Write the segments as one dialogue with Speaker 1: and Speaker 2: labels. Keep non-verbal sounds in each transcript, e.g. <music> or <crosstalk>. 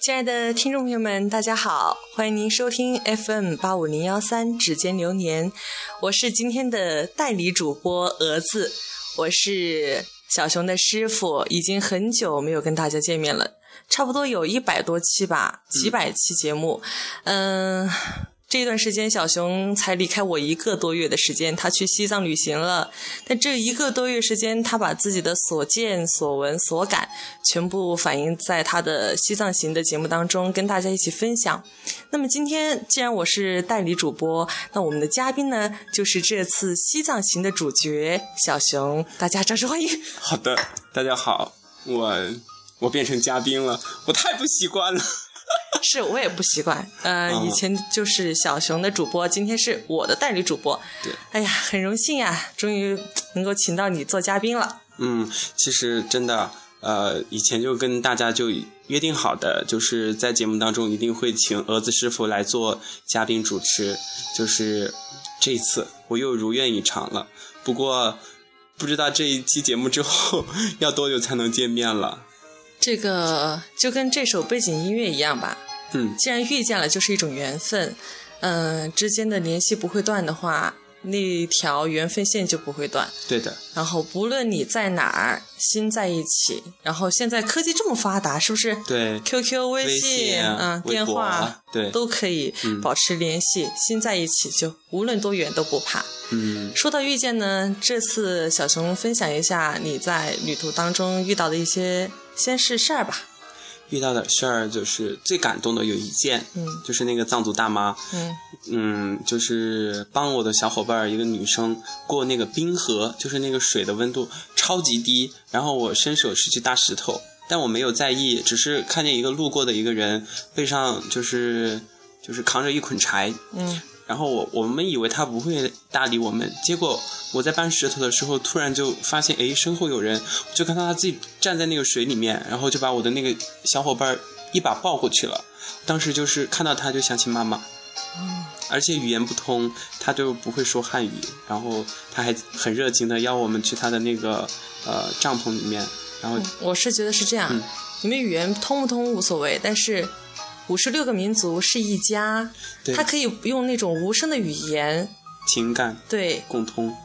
Speaker 1: 亲爱的听众朋友们，大家好，欢迎您收听 FM 八五零幺三指尖流年，我是今天的代理主播蛾子，我是小熊的师傅，已经很久没有跟大家见面了，差不多有一百多期吧，几百期节目，嗯。这段时间，小熊才离开我一个多月的时间，他去西藏旅行了。但这一个多月时间，他把自己的所见、所闻、所感，全部反映在他的西藏行的节目当中，跟大家一起分享。那么今天，既然我是代理主播，那我们的嘉宾呢，就是这次西藏行的主角小熊，大家掌声欢迎。 <laughs>
Speaker 2: 好的，大家好，我我变成嘉宾了，我太不习惯了。
Speaker 1: 是我也不习惯，呃，
Speaker 2: 嗯
Speaker 1: 以前就是小熊的主播，今天是我的代理主播。
Speaker 2: 对，
Speaker 1: 哎呀，很荣幸呀、终于能够请到你做嘉宾了。
Speaker 2: 嗯，其实真的，呃，以前就跟大家就约定好的，就是在节目当中一定会请蛾子师傅来做嘉宾主持，就是这一次我又如愿以偿了。不过不知道这一期节目之后要多久才能见面了。
Speaker 1: 这个就跟这首背景音乐一样吧，
Speaker 2: 嗯，
Speaker 1: 既然遇见了，就是一种缘分。嗯、之间的联系不会断的话，那条缘分线就不会断。
Speaker 2: 对的，
Speaker 1: 然后不论你在哪儿，心在一起。然后现在科技这么发达，是不是？
Speaker 2: 对，
Speaker 1: QQ、微信、
Speaker 2: 信
Speaker 1: 嗯、
Speaker 2: 啊微
Speaker 1: 电
Speaker 2: 博
Speaker 1: 话，
Speaker 2: 对
Speaker 1: 都可以
Speaker 2: 嗯
Speaker 1: 保持联系，心在一起就无论多远都不怕。
Speaker 2: 嗯
Speaker 1: 说到遇见呢，这次小熊分享一下你在旅途当中遇到的一些先是事儿吧。
Speaker 2: 遇到的事儿就是最感动的有一件，
Speaker 1: 嗯
Speaker 2: 就是那个藏族大妈，
Speaker 1: 嗯
Speaker 2: 嗯，就是帮我的小伙伴儿一个女生过那个冰河，就是那个水的温度超级低，然后我伸手是去大石头，但我没有在意，只是看见一个路过的一个人背上就是就是扛着一捆柴，
Speaker 1: 嗯，
Speaker 2: 然后我我们以为他不会搭理我们，结果我在搬石头的时候，突然就发现，诶，身后有人，我就看到他自己站在那个水里面，然后就把我的那个小伙伴儿一把抱过去了。当时就是看到他就想起妈妈，而且语言不通，他就不会说汉语，然后他还很热情的邀我们去他的那个呃帐篷里面，然后
Speaker 1: 我是觉得是这样，
Speaker 2: 嗯
Speaker 1: 你们语言通不通无所谓，但是五十六个民族是一家，
Speaker 2: 对
Speaker 1: 它可以用那种无声的语言，
Speaker 2: 情感
Speaker 1: 对，
Speaker 2: 共通，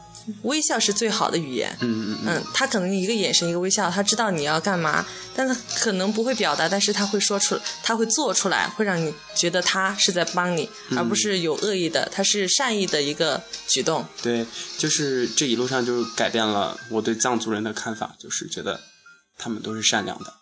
Speaker 1: 微笑是最好的语言。
Speaker 2: 嗯嗯嗯，
Speaker 1: 嗯，他可能一个眼神，一个微笑，他知道你要干嘛，但他可能不会表达，但是他会说出，他会做出来，会让你觉得他是在帮你，
Speaker 2: 嗯
Speaker 1: 而不是有恶意的，他是善意的一个举动。
Speaker 2: 对，就是这一路上就是改变了我对藏族人的看法，就是觉得他们都是善良的。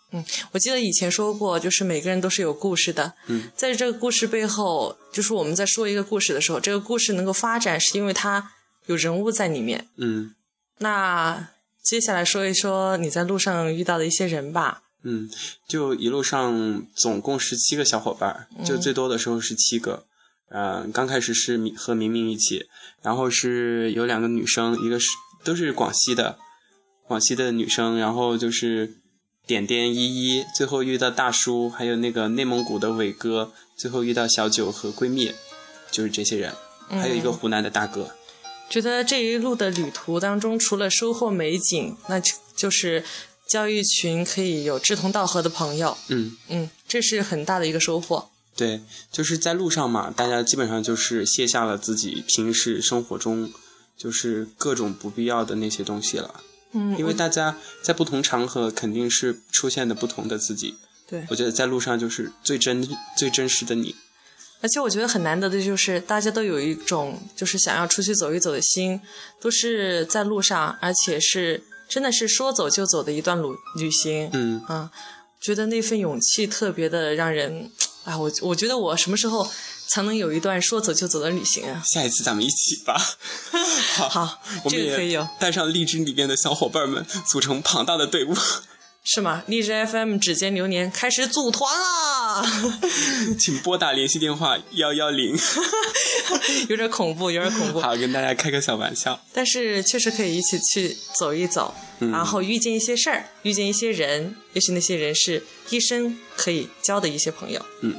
Speaker 1: 我记得以前说过，就是每个人都是有故事的。
Speaker 2: 嗯，
Speaker 1: 在这个故事背后，就是我们在说一个故事的时候，这个故事能够发展，是因为它有人物在里面。
Speaker 2: 嗯
Speaker 1: 那接下来说一说你在路上遇到的一些人吧。
Speaker 2: 嗯，就一路上总共十七个小伙伴儿，就最多的时候十七个。嗯、刚开始是明和明明一起，然后是有两个女生，一个是都是广西的，广西的女生，然后就是点点依依，最后遇到大叔，还有那个内蒙古的伟哥，最后遇到小九和闺蜜，就是这些人，还有一个湖南的大哥。
Speaker 1: 觉得这一路的旅途当中，除了收获美景，那就就是交一群可以有志同道合的朋友，
Speaker 2: 嗯
Speaker 1: 嗯，这是很大的一个收获。
Speaker 2: 对，就是在路上嘛，大家基本上就是卸下了自己平时生活中就是各种不必要的那些东西了，
Speaker 1: 嗯，
Speaker 2: 因
Speaker 1: 我
Speaker 2: 为大家在不同场合肯定是出现的不同的自己。
Speaker 1: 对，
Speaker 2: 我觉得在路上就是最真、最真实的你。
Speaker 1: 而且我觉得很难得的就是大家都有一种就是想要出去走一走的心，都是在路上，而且是真的是说走就走的一段路旅行。
Speaker 2: 嗯，
Speaker 1: 啊，觉得那份勇气特别的让人，啊，我我觉得我什么时候才能有一段说走就走的旅行啊？
Speaker 2: 下一次咱们一起吧，
Speaker 1: <laughs> 好，
Speaker 2: 我们
Speaker 1: 这个可以
Speaker 2: 也
Speaker 1: 有。
Speaker 2: 带上荔枝里面的小伙伴们，组成庞大
Speaker 1: <laughs>
Speaker 2: 的队伍。
Speaker 1: 是吗？荔枝 FM 指尖流年开始组团啦，
Speaker 2: 请拨打联系电话幺幺零。
Speaker 1: <laughs> 有点恐怖，有点恐怖。
Speaker 2: 好，跟大家开个小玩笑。
Speaker 1: 但是确实可以一起去走一走，然后遇见一些事儿，遇见一些人，也许那些人是一生可以交的一些朋友。
Speaker 2: 嗯。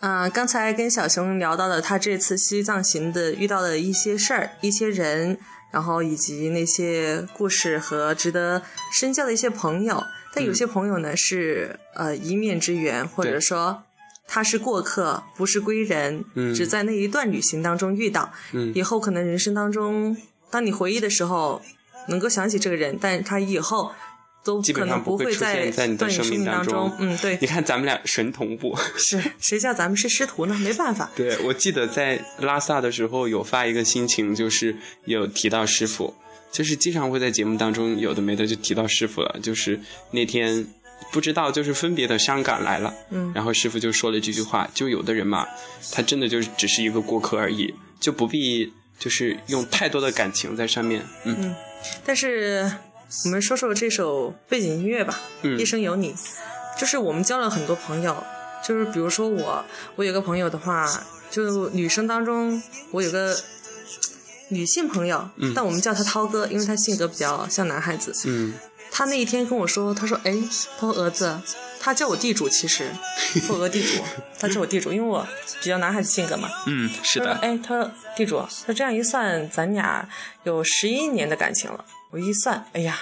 Speaker 1: 啊、刚才跟小熊聊到了他这次西藏行的遇到的一些事儿、一些人，然后以及那些故事和值得深交的一些朋友。但有些朋友呢、是呃一面之缘，或者
Speaker 2: 嗯对
Speaker 1: 说他是过客，不是归人，
Speaker 2: 嗯
Speaker 1: 只在那一段旅行当中遇到。
Speaker 2: 嗯
Speaker 1: 以后可能人生当中，当你回忆的时候，能够想起这个人，但他以后都
Speaker 2: 基
Speaker 1: 可
Speaker 2: 本
Speaker 1: 能
Speaker 2: 上不会
Speaker 1: 会
Speaker 2: 出现在你的
Speaker 1: 对你
Speaker 2: 生命
Speaker 1: 当
Speaker 2: 当中
Speaker 1: 嗯，
Speaker 2: <laughs>
Speaker 1: 对
Speaker 2: 你，看咱们俩神同步。
Speaker 1: 是谁叫咱们是师徒呢？没办法，
Speaker 2: 对，我记得在拉萨的时候有发一个心情，就是有提到师傅，就是经常会在节目当中有的没的就提到师傅了。就是那天不知道就是分别的伤感来了，
Speaker 1: 嗯
Speaker 2: 然后师傅就说了这句话，就有的人嘛，他真的就是只是一个过客而已，就不必就是用太多的感情在上面。嗯
Speaker 1: 但是我们说说这首背景音乐吧，
Speaker 2: 嗯
Speaker 1: 一生有你》，就是我们交了很多朋友，就是比如说我，我有个朋友的话，就女生当中，我有个嘖女性朋友，
Speaker 2: 嗯
Speaker 1: 但我们叫她涛哥，因为她性格比较像男孩子。
Speaker 2: 嗯，
Speaker 1: 他那一天跟我说，他说：“哎，他说儿子，他叫我地主，其
Speaker 2: <laughs>
Speaker 1: 实我有个地主，他叫我地主，因为我比较男孩子性格嘛。
Speaker 2: 嗯，是
Speaker 1: 他说：
Speaker 2: 的，
Speaker 1: 哎，他说地主，他这样一算，咱俩有十一年的感情了。我一算，哎呀，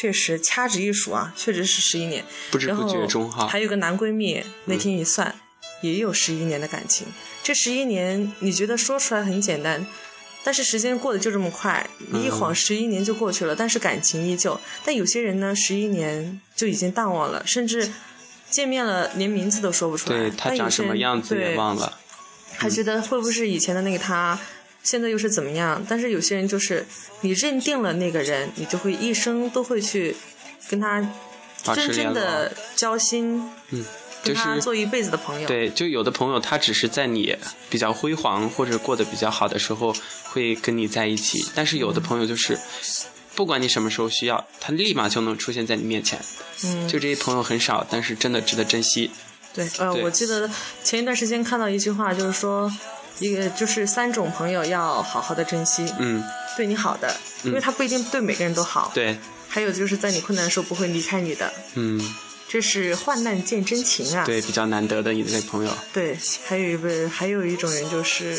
Speaker 1: 确实掐指一数啊，确实是十一年。
Speaker 2: 不知
Speaker 1: 然
Speaker 2: 不
Speaker 1: 后
Speaker 2: 觉中哈嗯
Speaker 1: 还，有个男闺蜜，那天一算，也有十一年的感情。这十一年，你觉得说出来很简单，但是时间过得就这么快，
Speaker 2: 嗯
Speaker 1: 一晃十一年就过去了，但是感情依旧。但有些人呢，十一年就已经淡忘了，甚至见面了连名字都说不出来。
Speaker 2: 对他
Speaker 1: 但有
Speaker 2: 长
Speaker 1: 些
Speaker 2: 什么
Speaker 1: 人
Speaker 2: 样子也
Speaker 1: 对
Speaker 2: 忘了。
Speaker 1: 还
Speaker 2: 嗯
Speaker 1: 觉得会不会是以前的那个他，现在又是怎么样？但是有些人就是你认定了那个人，你就会一生都会去跟他
Speaker 2: 保持
Speaker 1: 真正
Speaker 2: 联
Speaker 1: 的交心，
Speaker 2: 嗯，
Speaker 1: 跟他
Speaker 2: 就是
Speaker 1: 做一辈子的朋友。
Speaker 2: 对，就有的朋友他只是在你比较辉煌或者过得比较好的时候会跟你在一起，但是有的朋友就是，不管你什么时候需要，他立马就能出现在你面前。
Speaker 1: 嗯，
Speaker 2: 就这些朋友很少，但是真的值得珍惜。
Speaker 1: 对，呃，
Speaker 2: 对
Speaker 1: 我记得前一段时间看到一句话，就是说。一个就是三种朋友要好好的珍惜，
Speaker 2: 嗯，
Speaker 1: 对你好的，因为他不一定对每个人都好。，
Speaker 2: 对，
Speaker 1: 还有就是在你困难的时候不会离开你的，
Speaker 2: 嗯，
Speaker 1: 这是患难见真情啊。
Speaker 2: 对，比较难得的一类朋友。
Speaker 1: 对，还有一位，还有一种人就是，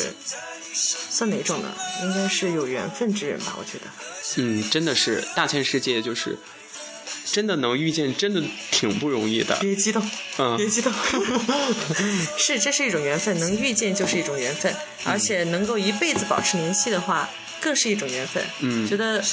Speaker 1: 算哪种呢？应该是有缘分之人吧，我觉得。
Speaker 2: 嗯，真的是大千世界，就是真的能遇见，真的挺不容易的。
Speaker 1: 别激动，
Speaker 2: 嗯
Speaker 1: 别激动。 <laughs> 是，这是一种缘分，能遇见就是一种缘
Speaker 2: 嗯
Speaker 1: 分，而且能够一辈子保持联系的话，更是一种缘分。
Speaker 2: 嗯
Speaker 1: 觉得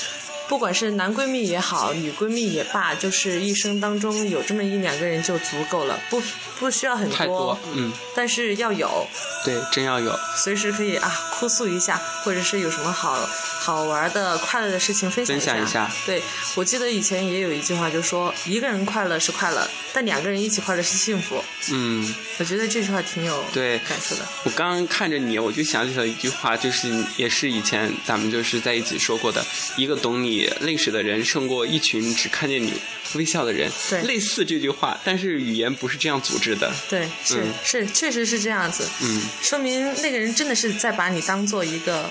Speaker 1: 不管是男闺蜜也好，女闺蜜也罢，就是一生当中有这么一两个人就足够了，不不需要很
Speaker 2: 太多，嗯，
Speaker 1: 但是要有。
Speaker 2: 对，真要有，
Speaker 1: 随时可以啊哭诉一下，或者是有什么好好玩的、快乐的事情分享一下。
Speaker 2: 分享一下
Speaker 1: 对，我记得以前也有一句话，就说一个人快乐是快乐，但两个人一起快乐是幸福。
Speaker 2: 嗯。
Speaker 1: 我觉得这句话挺有
Speaker 2: 对
Speaker 1: 感触的。
Speaker 2: 我刚刚看着你，我就想起了一句话，就是也是以前咱们就是在一起说过的，一个懂你泪水的人胜过一群只看见你微笑的人。
Speaker 1: 对
Speaker 2: 类似这句话，但是语言不是这样组织的。
Speaker 1: 对，是、
Speaker 2: 嗯
Speaker 1: 是，确实是这样子，
Speaker 2: 嗯
Speaker 1: 说明那个人真的是在把你当做一个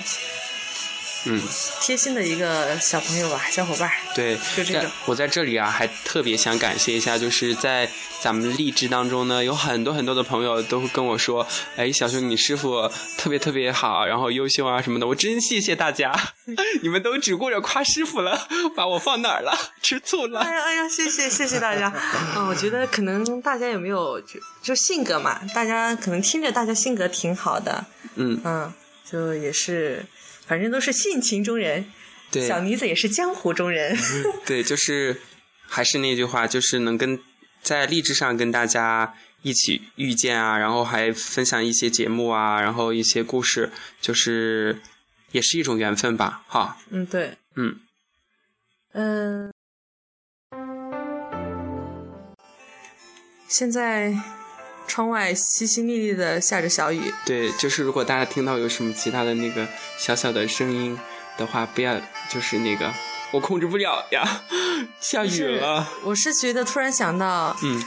Speaker 2: 嗯，
Speaker 1: 贴心的一个小朋友吧，小伙伴儿。 <laughs>
Speaker 2: 对。
Speaker 1: 就这种
Speaker 2: 在我在这里啊，还特别想感谢一下，就是在咱们励志当中呢，有很多很多的朋友都会跟我说，哎，小熊你师傅特别特别好，然后优秀啊什么的，我真谢谢大家， <laughs> 你们都只顾着夸师傅了，把我放哪儿了？吃醋了。
Speaker 1: 哎呀哎呀，谢谢谢谢大家。嗯，我觉得可能大家有没有就就性格嘛，大家可能听着大家性格挺好的，
Speaker 2: 嗯，
Speaker 1: 嗯，就也是，反正都是性情中人，
Speaker 2: 对嗯
Speaker 1: 小妮子也是江湖中人。
Speaker 2: 对，就是还是那句话，就是能跟在励志上跟大家一起遇见啊，然后还分享一些节目啊，然后一些故事，就是也是一种缘分吧，哈，
Speaker 1: <laughs> 嗯，对，
Speaker 2: 嗯，
Speaker 1: 嗯、现在窗外淅淅沥沥的下着小雨，
Speaker 2: 对，就是如果大家听到有什么其他的那个小小的声音的话，不要就是那个我控制不了呀， <laughs> 下雨
Speaker 1: 是
Speaker 2: 了，
Speaker 1: 我是觉得突然想到，
Speaker 2: 嗯，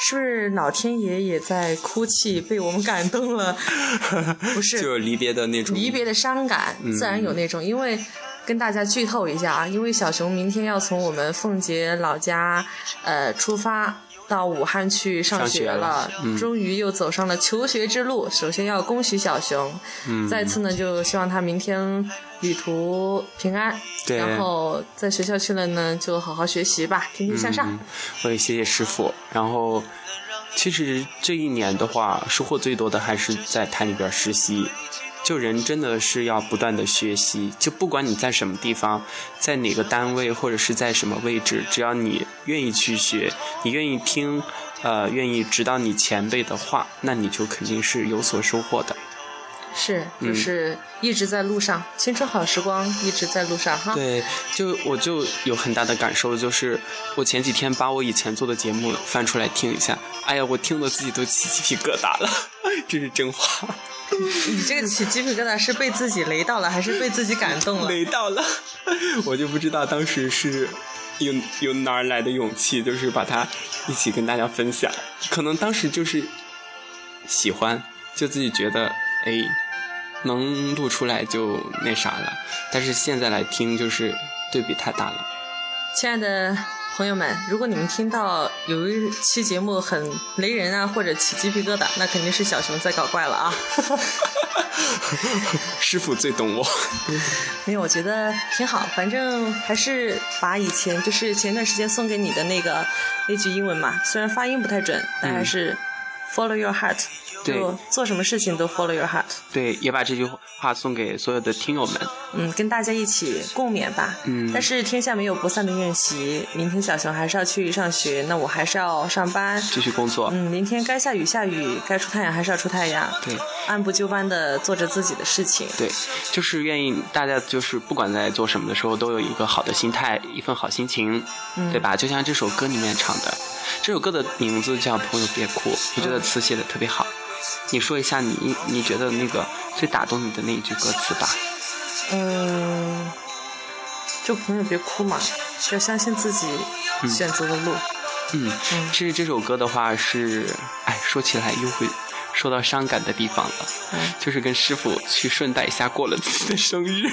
Speaker 1: 是不是老天爷也在哭泣，被我们感动
Speaker 2: <laughs>
Speaker 1: 了？不是，
Speaker 2: 就有离别的那种嗯
Speaker 1: 离别的伤感，自然有那种。因为跟大家剧透一下啊，因为小熊明天要从我们奉节老家呃出发，到武汉去上学
Speaker 2: 了，嗯、
Speaker 1: 终于又走上了求学之路。首先要恭喜小熊，
Speaker 2: 嗯、
Speaker 1: 再次呢就希望他明天旅途平安。
Speaker 2: 对，
Speaker 1: 然后在学校去了呢，就好好学习吧，天天向上。嗯、
Speaker 2: 我也谢谢师傅。然后，其实这一年的话，收获最多的还是在台里边实习。就人真的是要不断的学习，就不管你在什么地方，在哪个单位或者是在什么位置，只要你愿意去学，你愿意听，呃，愿意指导你前辈的话，那你就肯定是有所收获的。
Speaker 1: 是，就
Speaker 2: 嗯
Speaker 1: 是一直在路上，嗯、青春好时光一直在路上 <laughs> 哈。
Speaker 2: 对，就我就有很大的感受，就是我前几天把我以前做的节目翻出来听一下，哎呀，我听得自己都起鸡皮疙瘩了，这是真话。
Speaker 1: 你这个起鸡皮疙瘩是被自己雷到了，还是被自己感动了？
Speaker 2: 雷到了， <laughs> 我就不知道当时是有有哪儿来的勇气，就是把它一起跟大家分享。可能当时就是喜欢，就自己觉得哎，能录出来就那啥了。但是现在来听，就是对比太大了。
Speaker 1: 亲爱的朋友们，如果你们听到有一期节目很雷人啊，或者起鸡皮疙瘩，那肯定是小熊在搞怪了
Speaker 2: <laughs>
Speaker 1: 啊！
Speaker 2: 师傅最懂我。
Speaker 1: 没有，我觉得挺好，反正还是把以前就是前段时间送给你的那个那句英文嘛，虽然发音不太准，但还是 follow your heart，、
Speaker 2: 嗯、对，
Speaker 1: 做什么事情都 follow your heart。
Speaker 2: 对，也把这句话送给所有的听友们。
Speaker 1: 嗯，跟大家一起共勉吧。
Speaker 2: 嗯，
Speaker 1: 但是天下没有不散的宴席。明天小熊还是要去上学，那我还是要上班，
Speaker 2: 继续工作。
Speaker 1: 嗯，明天该下雨下雨，该出太阳还是要出太阳。
Speaker 2: 对，
Speaker 1: 按部就班的做着自己的事情。
Speaker 2: 对，就是愿意大家就是不管在做什么的时候，都有一个好的心态，一份好心情，
Speaker 1: 嗯、
Speaker 2: 对吧？就像这首歌里面唱的，这首歌的名字叫《朋友别哭》，我觉得词写的特别好。你说一下你你觉得那个最打动你的那一句歌词吧。
Speaker 1: 嗯，就朋友别哭嘛，要相信自己选择的路。
Speaker 2: 嗯，
Speaker 1: 嗯
Speaker 2: 其实这首歌的话是，哎，说起来又会说到伤感的地方了，
Speaker 1: 嗯、
Speaker 2: 就是跟师傅去顺带一下过了自己的生日。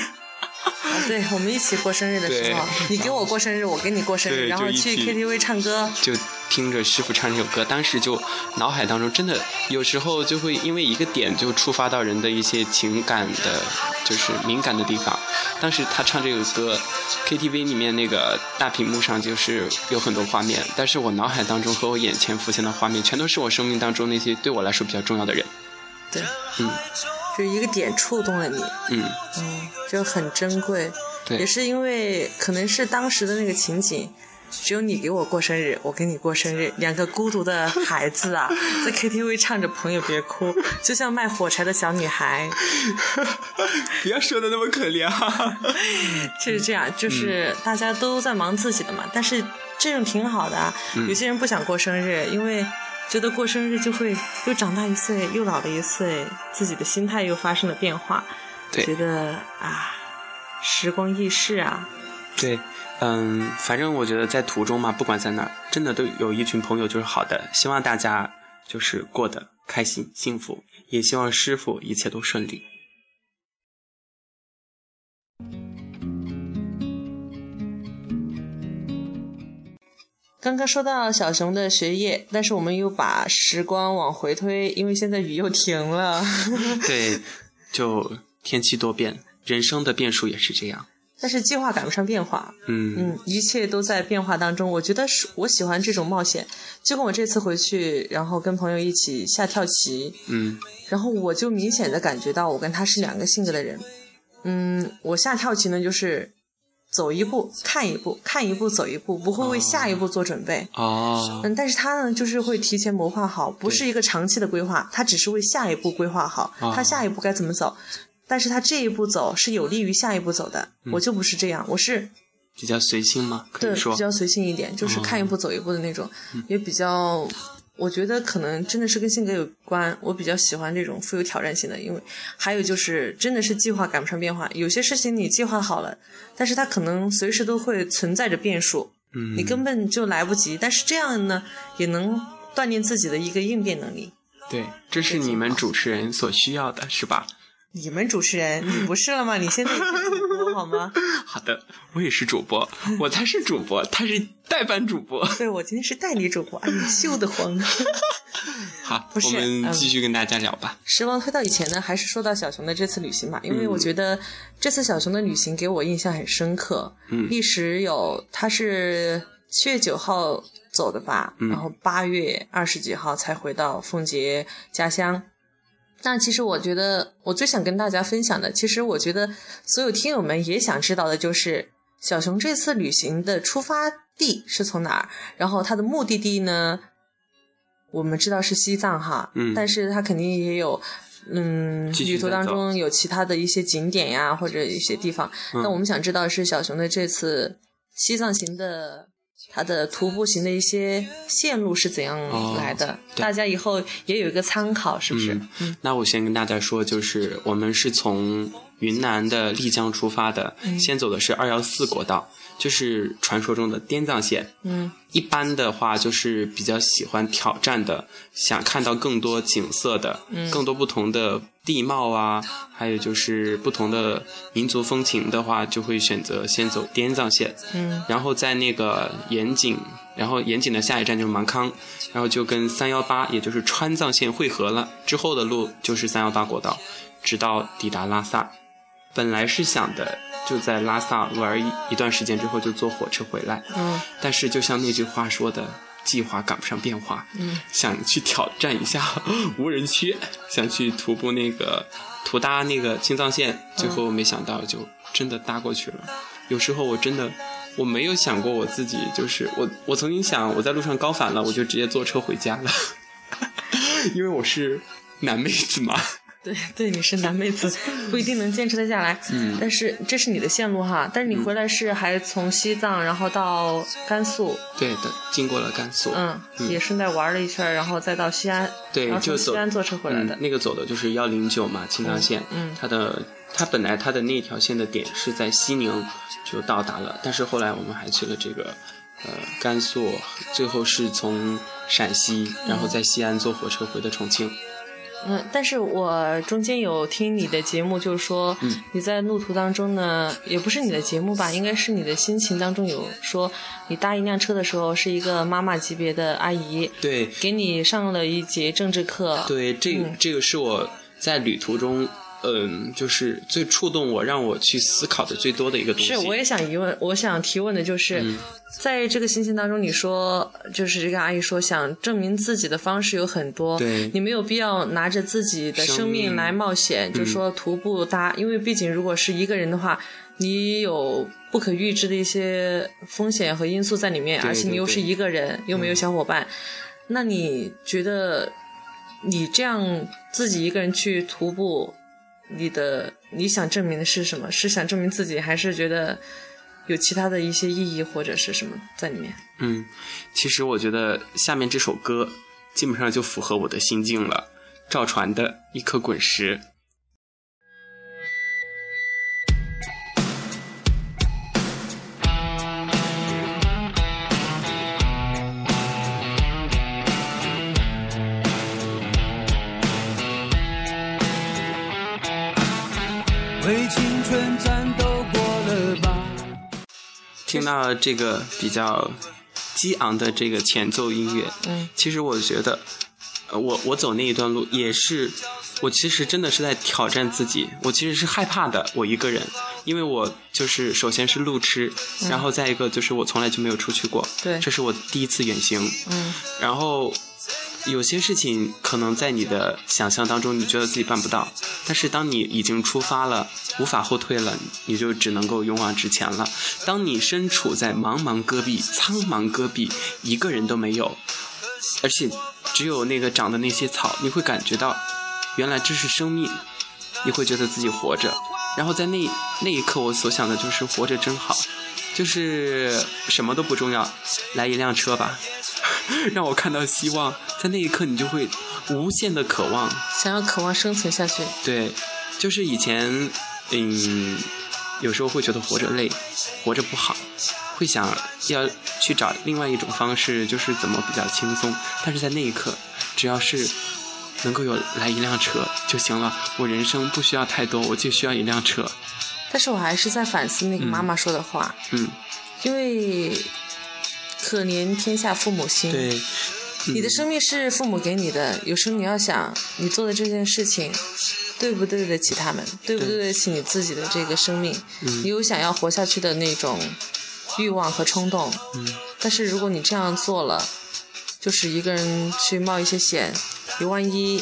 Speaker 1: 啊，对，我们一起过生日的时
Speaker 2: <laughs>
Speaker 1: 候，你给我过生日，我给你过生日，然后去 KTV 唱歌，
Speaker 2: 就听着师傅唱这首歌，当时就脑海当中真的有时候就会因为一个点就触发到人的一些情感的，就是敏感的地方。当时他唱这个歌，KTV 里面那个大屏幕上就是有很多画面，但是我脑海当中和我眼前浮现的画面，全都是我生命当中那些对我来说比较重要的人。
Speaker 1: 对，
Speaker 2: 嗯。
Speaker 1: 就一个点触动了你，
Speaker 2: 嗯
Speaker 1: 嗯，就很珍贵，
Speaker 2: 对，
Speaker 1: 也是因为可能是当时的那个情景，只有你给我过生日，我给你过生日，两个孤独的孩子
Speaker 2: <laughs>
Speaker 1: 啊，在 KTV 唱着《朋友别哭》，就像卖火柴的小女
Speaker 2: <laughs>
Speaker 1: 孩，
Speaker 2: <laughs> 不要说的那么可怜啊，
Speaker 1: 就是这样，
Speaker 2: 嗯
Speaker 1: 就是大家都在忙自己的嘛，但是这种挺好的啊，
Speaker 2: 嗯、
Speaker 1: 有些人不想过生日，因为。觉得过生日就会又长大一岁，又老了一岁，自己的心态又发生了变化，
Speaker 2: 对，
Speaker 1: 觉得啊，时光易逝啊。
Speaker 2: 对，嗯，反正我觉得在途中嘛，不管在哪儿，真的都有一群朋友就是好的，希望大家就是过得开心幸福，也希望师傅一切都
Speaker 1: <laughs>
Speaker 2: 顺利。
Speaker 1: 刚刚说到小熊的学业，但是我们又把时光往回推，因为现在雨又停了。
Speaker 2: 对，就天气多变，人生的变数也是这样。
Speaker 1: 但是计划赶不上变化，
Speaker 2: 嗯
Speaker 1: 嗯，一切都在变化当中。我觉得是我喜欢这种冒险，就跟我这次回去，然后跟朋友一起下跳棋，
Speaker 2: 嗯，
Speaker 1: 然后我就明显的感觉到我跟他是两个性格的人。嗯，我下跳棋呢就是。走一步看一步，看一步走一步，不会为下一步做准备。
Speaker 2: 哦，
Speaker 1: 嗯，但是他呢，就是会提前谋划好，不是一个长期的规划，他只是为下一步规划好，
Speaker 2: 哦、
Speaker 1: 他下一步该怎么走，但是他这一步走是有利于下一步走的。
Speaker 2: 嗯、
Speaker 1: 我就不是这样，我是
Speaker 2: 比较随性吗？可
Speaker 1: 对
Speaker 2: 以说哦
Speaker 1: 比较随性一点，就是看一步走一步的那种，
Speaker 2: 嗯、
Speaker 1: 也比较。我觉得可能真的是跟性格有关，我比较喜欢这种富有挑战性的，因为还有就是真的是计划赶不上变化，有些事情你计划好了，但是它可能随时都会存在着变数，
Speaker 2: 嗯，
Speaker 1: 你根本就来不及。但是这样呢，也能锻炼自己的一个应变能力。
Speaker 2: 对，这是你们主持人所需要的，是吧？
Speaker 1: 你们主持人，你不是了吗？你现在也是主播好吗？ <laughs>
Speaker 2: 好的，我也是主播，我才是主播，他是代班
Speaker 1: <laughs>
Speaker 2: 主播。
Speaker 1: 对，我今天是代理主播，哎呀，秀的慌。
Speaker 2: 好，
Speaker 1: 不是嗯
Speaker 2: 我们继续跟大家聊吧。
Speaker 1: 时光推到以前呢，还是说到小熊的这次旅行吧，因为我觉得这次小熊的旅行给我印象很深刻。
Speaker 2: 嗯
Speaker 1: 历时有他是七月九号走的吧，
Speaker 2: 嗯
Speaker 1: 然后八月二十几号才回到凤姐家乡。那其实我觉得，我最想跟大家分享的，其实我觉得所有听友们也想知道的就是，小熊这次旅行的出发地是从哪儿，然后它的目的地呢？我们知道是西藏哈，
Speaker 2: 嗯
Speaker 1: 但是它肯定也有，嗯，
Speaker 2: 继续
Speaker 1: 旅途
Speaker 2: 再
Speaker 1: 当
Speaker 2: 走
Speaker 1: 中有其他的一些景点呀，或者一些地方。
Speaker 2: 嗯
Speaker 1: 那我们想知道是小熊的这次西藏行的。它的徒步行的一些线路是怎样
Speaker 2: 哦
Speaker 1: 来的？
Speaker 2: 对
Speaker 1: 大家以后也有一个参考，是不是？
Speaker 2: 嗯那我先跟大家说，就是我们是从云南的丽江出发的，
Speaker 1: 嗯
Speaker 2: 先走的是二幺四国道，就是传说中的滇藏线。
Speaker 1: 嗯
Speaker 2: 一般的话，就是比较喜欢挑战的，想看到更多景色的，
Speaker 1: 嗯
Speaker 2: 更多不同的地貌啊，还有就是不同的民族风情的话，就会选择先走滇藏线，
Speaker 1: 嗯
Speaker 2: 然后在那个盐井，然后盐井的下一站就是芒康，然后就跟三幺八，也就是川藏线汇合了。之后的路就是三幺八国道，直到抵达拉萨。本来是想的就在拉萨玩一一段时间之后就坐火车回来，
Speaker 1: 嗯
Speaker 2: 但是就像那句话说的，计划赶不上变化，
Speaker 1: 嗯
Speaker 2: 想去挑战一下无人区，想去徒步那个徒搭那个青藏线，
Speaker 1: 嗯
Speaker 2: 最后没想到就真的搭过去了。有时候我真的我没有想过我自己，就是我我曾经想我在路上高反了，我就直接坐车回家
Speaker 1: <laughs>
Speaker 2: 了，因为我是男妹子嘛。
Speaker 1: 对对，你是男妹子，不一定能坚持得下来。
Speaker 2: <laughs> 嗯
Speaker 1: 但是这是你的线路哈，但是你回来是还从西藏，然后到甘肃，
Speaker 2: 对的，经过了甘肃，
Speaker 1: 嗯，
Speaker 2: 嗯
Speaker 1: 也顺带玩了一圈，然后再到西安，
Speaker 2: 对
Speaker 1: 然，后
Speaker 2: 就
Speaker 1: 从
Speaker 2: 走
Speaker 1: 西安坐车回来的
Speaker 2: 嗯。那个走的就是幺零九嘛，青藏线。
Speaker 1: 嗯嗯
Speaker 2: 它的它本来它的那条线的点是在西宁就到达了，但是后来我们还去了这个呃甘肃，最后是从陕西，然后在西安坐火车回的重庆。
Speaker 1: 嗯，但是我中间有听你的节目，就是说、
Speaker 2: 嗯
Speaker 1: 你在路途当中呢，也不是你的节目吧，应该是你的心情当中有说，你搭一辆车的时候是一个妈妈级别的阿姨，
Speaker 2: 对
Speaker 1: 给你上了一节政治课。
Speaker 2: 对，这个、
Speaker 1: 嗯
Speaker 2: 这个是我在旅途中。嗯，就是最触动我，让我去思考的最多的一个东西。
Speaker 1: 是，我也想疑问，我想提问的就是，
Speaker 2: 嗯
Speaker 1: 在这个心情当中，你说就是这个阿姨说想证明自己的方式有很多，
Speaker 2: 对
Speaker 1: 你没有必要拿着自己的生
Speaker 2: 生命
Speaker 1: 命来冒
Speaker 2: 嗯
Speaker 1: 险，就说徒步搭，因为毕竟如果是一个人的话，你有不可预知的一些风险和因素在里面，
Speaker 2: 对
Speaker 1: 而且你又
Speaker 2: 对嗯
Speaker 1: 是
Speaker 2: 对
Speaker 1: 一个人，又没有小伙伴，那你觉得你这样自己一个人去徒步，你的你想证明的是什么？是想证明自己，还是觉得有其他的一些意义或者是什么在里面？
Speaker 2: 嗯，其实我觉得下面这首歌基本上就符合我的心境了。赵传的《一颗滚石》。
Speaker 3: 为青春战斗过了吧？
Speaker 2: 听到这个比较激昂的这个前奏音乐，
Speaker 1: 嗯，
Speaker 2: 其实我觉得，呃我我走那一段路也是，我其实真的是在挑战自己，我其实是害怕的，我一个人，因为我就是首先是路痴，然后再一个就是我从来就没有出去过，
Speaker 1: 嗯对
Speaker 2: 这是我第一次远行，
Speaker 1: 嗯
Speaker 2: 然后有些事情可能在你的想象当中，你觉得自己办不到，但是当你已经出发了，无法后退了，你就只能够勇往直前了。当你身处在茫茫戈壁、苍茫戈壁，一个人都没有，而且只有那个长的那些草，你会感觉到，原来这是生命，你会觉得自己活着。然后在那那一刻，我所想的就是活着真好，就是什么都不重要，来一辆车吧， <laughs> 让我看到希望。在那一刻，你就会无限的渴望。
Speaker 1: 想要渴望生存下去，
Speaker 2: 对，就是以前，嗯，有时候会觉得活着累，活着不好，会想要去找另外一种方式，就是怎么比较轻松。但是在那一刻，只要是能够有来一辆车就行了，我人生不需要太多，我就需要一辆车。
Speaker 1: 但是我还是在反思那个妈妈说的话，
Speaker 2: 嗯，
Speaker 1: 因为可怜天下父母心。
Speaker 2: 对，
Speaker 1: 你的生命是父母给你的，有时候你要想，你做的这件事情对不对得起他们，对不对得起你自己的这个生命，你有想要活下去的那种欲望和冲动。但是如果你这样做了，就是一个人去冒一些险，有万一，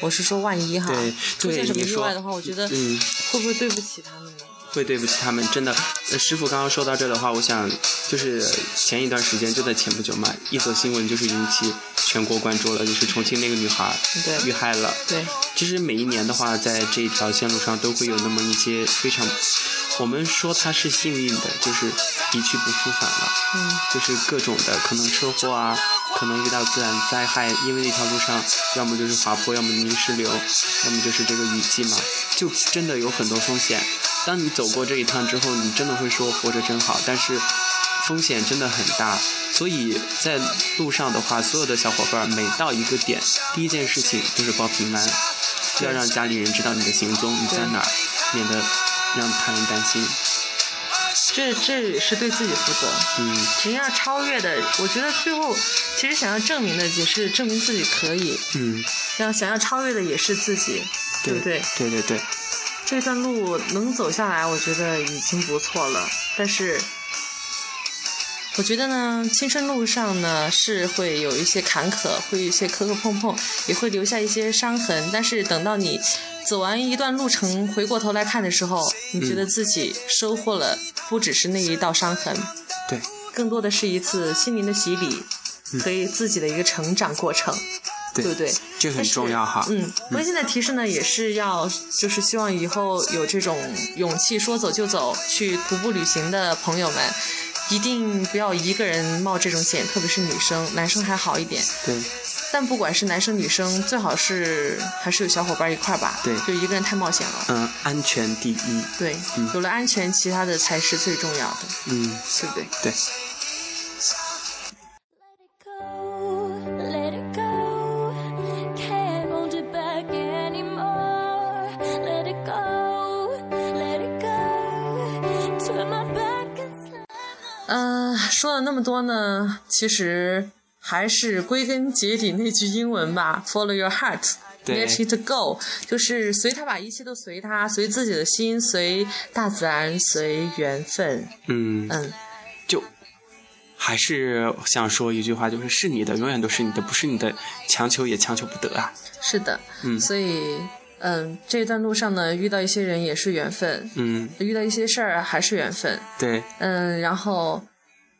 Speaker 1: 我是说万一哈
Speaker 2: 对，
Speaker 1: 出
Speaker 2: 对
Speaker 1: 现什么
Speaker 2: 你
Speaker 1: 意
Speaker 2: 说
Speaker 1: 外的话，我觉得
Speaker 2: 嗯
Speaker 1: 会不会对不起他们呢？
Speaker 2: 会对不起他们，真的。呃师傅刚刚说到这儿的话，我想就是前一段时间，就在前不久嘛，一则新闻就是引起全国关注了，就是重庆那个女孩
Speaker 1: 对
Speaker 2: 遇害了。
Speaker 1: 对，
Speaker 2: 其实每一年的话，在这条线路上都会有那么一些非常，我们说它是幸运的，就是一去不复返了。
Speaker 1: 嗯，
Speaker 2: 就是各种的，可能车祸啊，可能遇到自然灾害，因为那条路上要么就是滑坡，要么泥石流，要么就是这个雨季嘛，就真的有很多风险。当你走过这一趟之后，你真的会说活着真好，但是风险真的很大。所以在路上的话，所有的小伙伴每到一个点，第一件事情就是报平安，要让家里人知道你的行踪，你在哪儿，免得让他人担心。
Speaker 1: 这这是对自己负责。
Speaker 2: 嗯，
Speaker 1: 其实要超越的，我觉得最后其实想要证明的也是证明自己可以，
Speaker 2: 嗯，
Speaker 1: 想想要超越的也是自己，对不对？
Speaker 2: 对对对，
Speaker 1: 这段路能走下来，我觉得已经不错了。但是，我觉得呢，青春路上呢是会有一些坎坷，会有一些磕磕碰碰，也会留下一些伤痕。但是等到你走完一段路程，回过头来看的时候，你觉得自己收获了不只是那一道伤痕，
Speaker 2: 对。
Speaker 1: 更多的是一次心灵的洗礼，和一自己的一个成长过程，
Speaker 2: 嗯对
Speaker 1: 不对？
Speaker 2: 这很
Speaker 1: 但是
Speaker 2: 重要哈。
Speaker 1: 嗯，温馨的提示呢，也是要就是希望以后有这种勇气说走就走去徒步旅行的朋友们，一定不要一个人冒这种险，特别是女生，男生还好一点。
Speaker 2: 对
Speaker 1: 但嗯不管是男生女生，最好是还是有小伙伴一块儿吧。
Speaker 2: 对
Speaker 1: 就一个人太冒险了。
Speaker 2: 嗯，安全第一。
Speaker 1: 对，
Speaker 2: 嗯
Speaker 1: 有了安全，其他的才是最重要的，
Speaker 2: 嗯，
Speaker 1: 对不对？
Speaker 2: 对。
Speaker 4: Let it go, let it go. Can't hold it back anymore. Let it go, let it go. Turn my back and slide.
Speaker 1: 嗯，说了那么多呢，其实还是归根结底那句英文吧，Follow your heart。
Speaker 2: 对
Speaker 1: Let it go，就是随他吧，一切都随他，随自己的心，随大自然，随缘分。
Speaker 2: 嗯，
Speaker 1: 嗯，
Speaker 2: 就还是想说一句话，就是是你的，永远都是你的，不是你的，强求也强求不得啊。
Speaker 1: 是的。
Speaker 2: 嗯
Speaker 1: 所以，嗯，这段路上呢，遇到一些人也是缘分，
Speaker 2: 嗯，
Speaker 1: 遇到一些事儿还是缘分。
Speaker 2: 对，
Speaker 1: 嗯，然后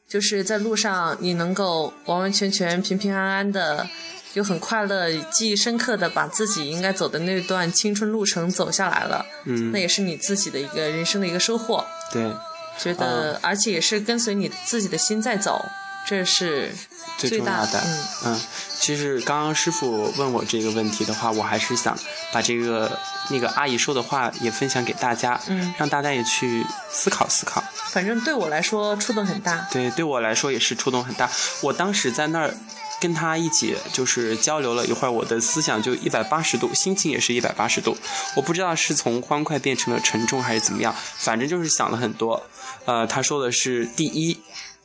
Speaker 1: 就是在路上，你能够完完全全、平平安安的，又很快乐、记忆深刻的把自己应该走的那段青春路程走下来了，
Speaker 2: 嗯
Speaker 1: 那，也是你自己的一个人生的一个收获。
Speaker 2: 对，
Speaker 1: 觉
Speaker 2: 啊
Speaker 1: 得，而且也是跟随你自己的心在走，这是
Speaker 2: 最
Speaker 1: 最
Speaker 2: 重
Speaker 1: 大
Speaker 2: 要的。
Speaker 1: 嗯，
Speaker 2: 嗯，其实刚刚师傅问我这个问题的话，我还是想把这个那个阿姨说的话也分享给大家，
Speaker 1: 嗯
Speaker 2: 让大家也去思考思考。
Speaker 1: 反正对我来说触动很大。
Speaker 2: 对，对我来说也是触动很大。我当时在那儿跟他一起就是交流了一会儿，我的思想就一百八十度，心情也是一百八十度。我不知道是从欢快变成了沉重还是怎么样，反正就是想了很多。呃，他说的是第一，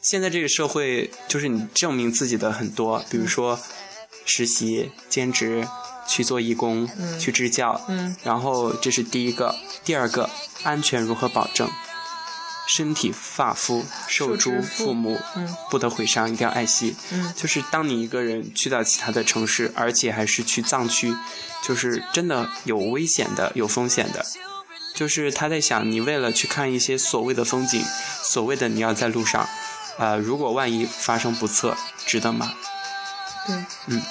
Speaker 2: 现在这个社会就是你证明自己的很多，比如说实习、兼职。去做义工，去支教，
Speaker 1: 嗯
Speaker 2: 然后这是第一个，第二个，安全如何保证？身体发肤受诸父母，
Speaker 1: 嗯
Speaker 2: 不得毁伤，一定要爱惜。
Speaker 1: 嗯
Speaker 2: 就是当你一个人去到其他的城市，而且还是去藏区，就是真的有危险的，有风险的。就是他在想，你为了去看一些所谓的风景，所谓的你要在路上，呃，如果万一发生不测，值得吗？
Speaker 1: 对，
Speaker 2: 嗯。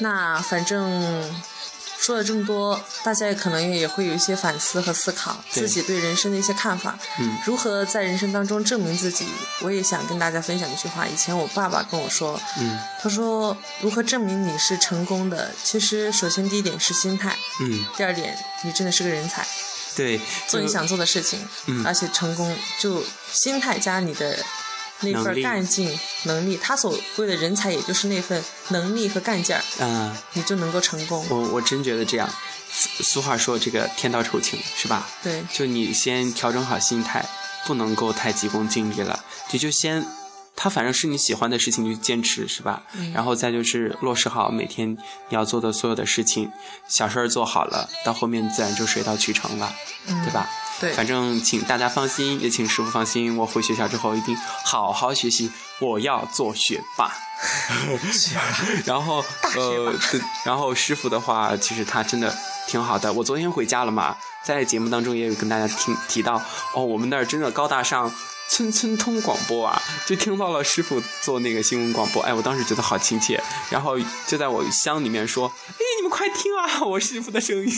Speaker 1: 那反正说了这么多，大家也可能也会有一些反思和思考
Speaker 2: 对
Speaker 1: 自己对人生的一些看法，
Speaker 2: 嗯
Speaker 1: 如何在人生当中证明自己。我也想跟大家分享一句话，以前我爸爸跟我说，
Speaker 2: 嗯
Speaker 1: 他说如何证明你是成功的，其实首先第一点是心态，
Speaker 2: 嗯，
Speaker 1: 第二点你真的是个人才，
Speaker 2: 对，
Speaker 1: 做你
Speaker 2: 就
Speaker 1: 想做的事情，
Speaker 2: 嗯
Speaker 1: 而且成功就心态加你的那
Speaker 2: 能
Speaker 1: 份
Speaker 2: 力
Speaker 1: 干劲、能力，他所谓的人才也就是那份能力和干劲儿，
Speaker 2: 嗯，
Speaker 1: 你就能够成功。
Speaker 2: 我我真觉得这样。俗俗话说这个天道酬勤是吧？
Speaker 1: 对，
Speaker 2: 就你先调整好心态，不能够太急功近利了。你就先，它反正是你喜欢的事情，你就坚持是吧？然后再就是落实好每天你要做的所有的事情，小事儿做好了，到后面自然就水到渠成了，嗯对吧？
Speaker 1: 对
Speaker 2: 反正请大家放心，也请师傅放心，我回学校之后一定好好学习，我要做学霸。 <laughs> 然后呃，对然后师傅的话，其实他真的挺好的。我昨天回家了嘛，在节目当中也有跟大家听提到哦，我们那儿真的高大上。村村通广播啊，就听到了师傅做那个新闻广播，哎，我当时觉得好亲切，然后就在我乡里面说，哎，你们快听啊，我师傅的声音，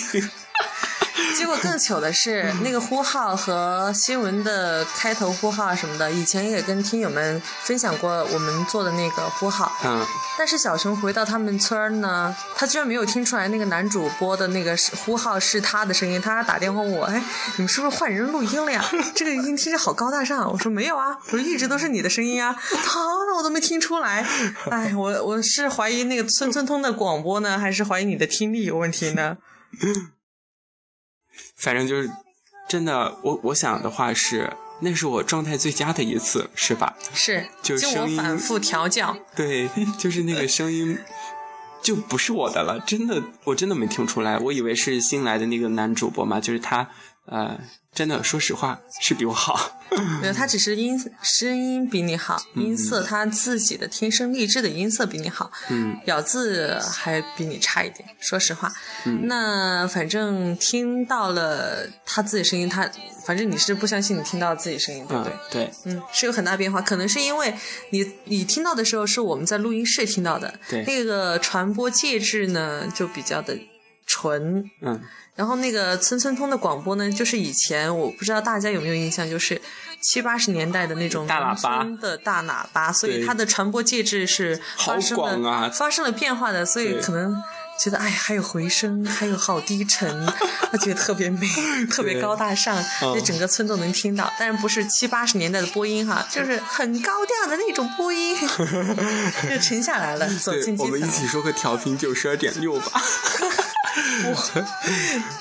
Speaker 2: <laughs>
Speaker 1: 结果更糗的是，
Speaker 2: 嗯
Speaker 1: 那个呼号和新闻的开头呼号什么的，以前也跟听友们分享过我们做的那个呼号。
Speaker 2: 嗯，
Speaker 1: 但是小熊回到他们村儿呢，他居然没有听出来那个男主播的那个是呼号是他的声音，他还打电话问我，哎，你们是不是换人录音了呀？ <laughs> 这个音听着好高大上。我说没有啊，我说一直都是你的声音啊。他那我都没听出来， <laughs> 哎，我我是怀疑那个村村通的广播呢，还是怀疑你的听力有问题呢？
Speaker 2: 反正就是真的，我我想的话是，那是我状态最佳的一次，是吧？ <laughs>
Speaker 1: 是，
Speaker 2: 就是
Speaker 1: 经我
Speaker 2: 声音
Speaker 1: 反复调
Speaker 2: <laughs>
Speaker 1: 教，
Speaker 2: 对，就是那个声音，就不是我的了。真的，我真的没听出来，我以为是新来的那个男主播嘛，就是他，呃，真的，说实话是比我好。 <laughs>
Speaker 1: 没有，他只是音声音比你好，音色他自己的天生丽质的音色比你好，
Speaker 2: 嗯，
Speaker 1: 咬字还比你差一点。说实话，
Speaker 2: 嗯
Speaker 1: 那反正听到了他自己声音，他反正你是不相信你听到自己声音，对不
Speaker 2: 嗯
Speaker 1: 对？，
Speaker 2: 对，
Speaker 1: 嗯，是有很大变化，可能是因为你你听到的时候是我们在录音室听到的，
Speaker 2: 对
Speaker 1: 那个传播介质呢就比较的纯，
Speaker 2: 嗯，
Speaker 1: 然后那个村村通的广播呢，就是以前我不知道大家有没有印象，就是七八十年代的那种
Speaker 2: 大喇叭
Speaker 1: 农村的大喇叭，所以
Speaker 2: 对
Speaker 1: 它的传播介质是
Speaker 2: 好
Speaker 1: 发生
Speaker 2: 广
Speaker 1: 了、
Speaker 2: 啊
Speaker 1: 发生了变化的，所以
Speaker 2: 对
Speaker 1: 可能觉得哎还有回声，还有好低沉，我觉得特别
Speaker 2: <laughs>
Speaker 1: 美，特别高大上，
Speaker 2: 嗯
Speaker 1: 那整个村都能听到。但是不是七八十年代的播音哈，就是很高调的那种播
Speaker 2: <laughs>
Speaker 1: 音，就沉下来了，走
Speaker 2: 对
Speaker 1: 进，基
Speaker 2: 我们一
Speaker 1: 层
Speaker 2: 起，说个调频九十二点六吧。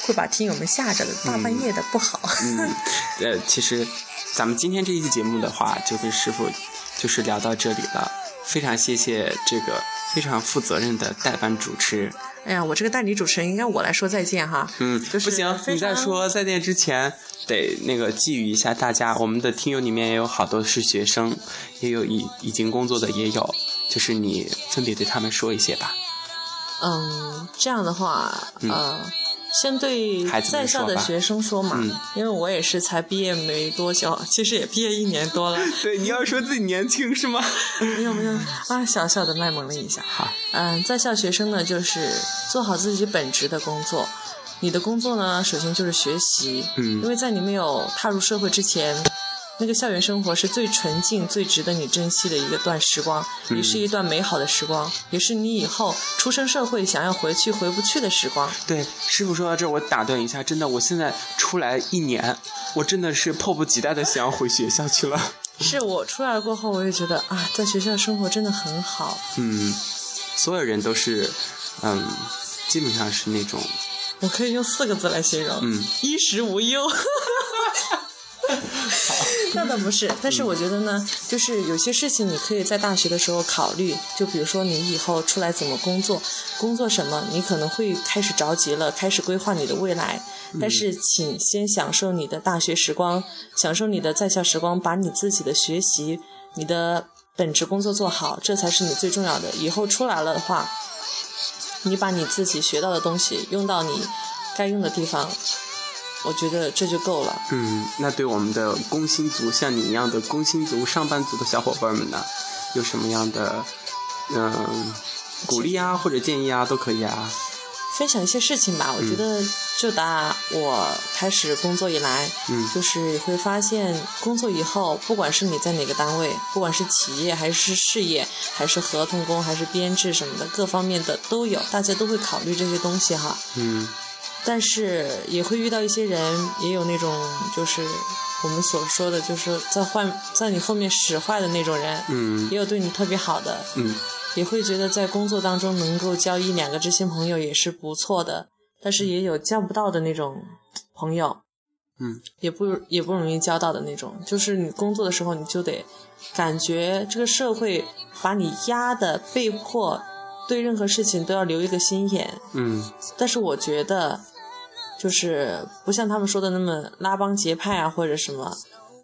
Speaker 1: 会把听友们吓着的，大半夜的不好。
Speaker 2: 嗯， <laughs> 呃，其实咱们今天这一期节目的话，就跟师傅就是聊到这里了。非常谢谢这个非常负责任的代班主持。
Speaker 1: 哎呀，我这个代理主持人应该我来说再见哈。
Speaker 2: 嗯，
Speaker 1: 就是
Speaker 2: 不行，
Speaker 1: 非
Speaker 2: 你在
Speaker 1: 常
Speaker 2: 说再见之前，得那个寄语一下大家。我们的听友里面也有好多是学生，也有已已经工作的也有，就是你分别对他们说一些吧。
Speaker 1: 嗯，这样的话，呃，先对
Speaker 2: 嗯孩子
Speaker 1: 在
Speaker 2: 们
Speaker 1: 校的
Speaker 2: 说吧
Speaker 1: 学生说嘛，
Speaker 2: 嗯
Speaker 1: 因为我也是才毕业没多久，其实也毕业一年多了，
Speaker 2: <laughs> 对，你要说自己年轻是吗？
Speaker 1: 没有没有啊，小小的卖萌了一下。
Speaker 2: 好，
Speaker 1: 嗯，在校学生呢，就是做好自己本职的工作。你的工作呢，首先就是学习，
Speaker 2: 嗯
Speaker 1: 因为在你没有踏入社会之前，那个校园生活是最纯净、最值得你珍惜的一个段时光，
Speaker 2: 嗯
Speaker 1: 也是一段美好的时光，也是你以后出生社会想要回去回不去的时光。
Speaker 2: <laughs> 对，师傅说到这儿，我打断一下，真的，我现在出来一年，我真的是迫不及待的想要回学校去了。
Speaker 1: 是我出来过后，我也觉得啊，在学校生活真的很好。
Speaker 2: 嗯，所有人都是，嗯，基本上是那种，
Speaker 1: 我可以用四个字来形容，
Speaker 2: 嗯，
Speaker 1: 衣食无忧。 <laughs> 那倒不是，但是我觉得呢，就是有些事情你可以在大学的时候考虑，就比如说你以后出来怎么工作，工作什么，你可能会开始着急了，开始规划你的未来。但是，请先享受你的大学时光，享受你的在校时光，把你自己的学习、你的本职工作做好，这才是你最重要的。以后出来了的话，你把你自己学到的东西用到你该用的地方，我觉得这就够了。
Speaker 2: 嗯，那对我们的工薪族，像你一样的工薪族、上班族的小伙伴们呢，有什么样的嗯、鼓励啊，或者建议啊，都可以啊。
Speaker 1: 分享一些事情吧，我觉得就打我开始工作以来，
Speaker 2: 嗯
Speaker 1: 就是会发现工作以后，不管是你在哪个单位，不管是企业还是事业，还是合同工，还是编制什么的，各方面的都有，大家都会考虑这些东西哈。
Speaker 2: 嗯
Speaker 1: 但是也会遇到一些人，也有那种就是我们所说的，就是在坏在你后面使坏的那种人，
Speaker 2: 嗯
Speaker 1: 也有对你特别好的，
Speaker 2: 嗯
Speaker 1: 也会觉得在工作当中能够交一两个知心朋友也是不错的，但是也有交不到的那种朋友，
Speaker 2: 嗯，
Speaker 1: 也不也不容易交到的那种。就是你工作的时候，你就得感觉这个社会把你压的被迫对任何事情都要留一个心眼，
Speaker 2: 嗯
Speaker 1: 但是我觉得，就是不像他们说的那么拉帮结派啊，或者什么。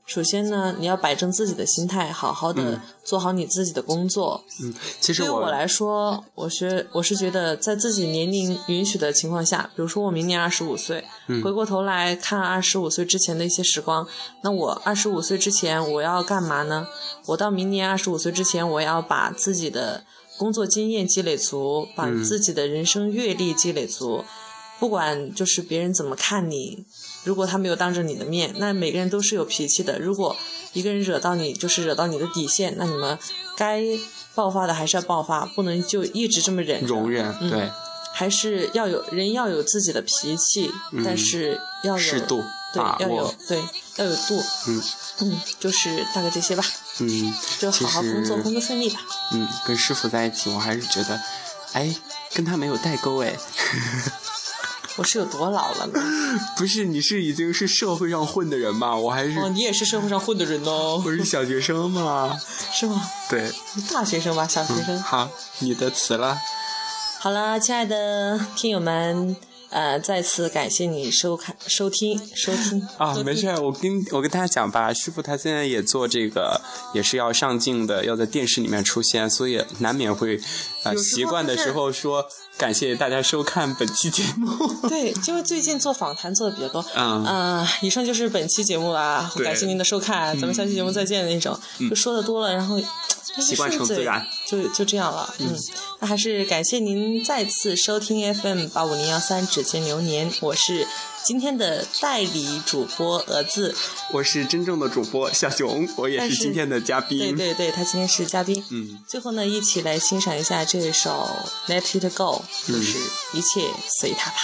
Speaker 1: 首先呢，你要摆正自己的心态，好好的
Speaker 2: 嗯
Speaker 1: 做好你自己的工作。
Speaker 2: 嗯，其实
Speaker 1: 对于
Speaker 2: 我
Speaker 1: 我来说，我是我是觉得，在自己年龄允许的情况下，比如说我明年二十五岁，
Speaker 2: 嗯
Speaker 1: 回过头来看二十五岁之前的一些时光，那我二十五岁之前我要干嘛呢？我到明年二十五岁之前，我要把自己的工作经验积累足，把
Speaker 2: 嗯
Speaker 1: 自己的人生阅历积累足，不管就是别人怎么看你，如果他没有当着你的面，那每个人都是有脾气的。如果一个人惹到你，就是惹到你的底线，那你们该爆发的还是要爆发，不能就一直这么忍着
Speaker 2: 容忍
Speaker 1: 嗯
Speaker 2: 对
Speaker 1: 还是要有人要有自己的脾气，
Speaker 2: 嗯
Speaker 1: 但是要有
Speaker 2: 适度
Speaker 1: 对，
Speaker 2: 把
Speaker 1: 要有
Speaker 2: 握，
Speaker 1: 对要有度，
Speaker 2: 嗯
Speaker 1: 嗯，就是大概这些吧，
Speaker 2: 嗯，
Speaker 1: 就好好工作，
Speaker 2: 其实
Speaker 1: 工作顺利吧。
Speaker 2: 嗯，跟师傅在一起，我还是觉得，哎，跟他没有代沟哎， <laughs>
Speaker 1: 我是有多老了呢？
Speaker 2: 不是，你是已经是社会上混的人嘛，我还是、
Speaker 1: 哦，你也是社会上混的人哦
Speaker 2: <laughs> 我，是小学生嘛，
Speaker 1: 是吗？
Speaker 2: 对，
Speaker 1: 你大学生吧，小学生。
Speaker 2: 好，你的词了，
Speaker 1: 好啦，亲爱的听友们，呃，再次感谢你收看、收听、收听
Speaker 2: 啊，没事，儿，我跟我跟大家讲吧，师傅他现在也做这个，也是要上镜的，要在电视里面出现，所以难免会呃
Speaker 1: 有时候
Speaker 2: 习惯的
Speaker 1: 就是
Speaker 2: 时候说感谢大家收看本期节目。
Speaker 1: <laughs>
Speaker 2: <laughs>
Speaker 1: 对，因为最近做访谈做的比较多。
Speaker 2: 嗯
Speaker 1: 呃以上就是本期节目啦，
Speaker 2: 对
Speaker 1: 感谢您的收看，咱们下期节目再见的那种。就说的多了，然后
Speaker 2: 习惯成自然，
Speaker 1: 就就这样了。嗯，那还是感谢您再次收听 FM 八五零幺三指尖流年，我是今天的代理主播蛾子。
Speaker 2: 我是真正的主播小熊，我也
Speaker 1: 但
Speaker 2: 是
Speaker 1: 是
Speaker 2: 今天的嘉宾。
Speaker 1: 对对对，他今天是嘉宾。
Speaker 2: 嗯，
Speaker 1: 最后呢，一起来欣赏一下这首《Let It Go》，就是一切随它吧。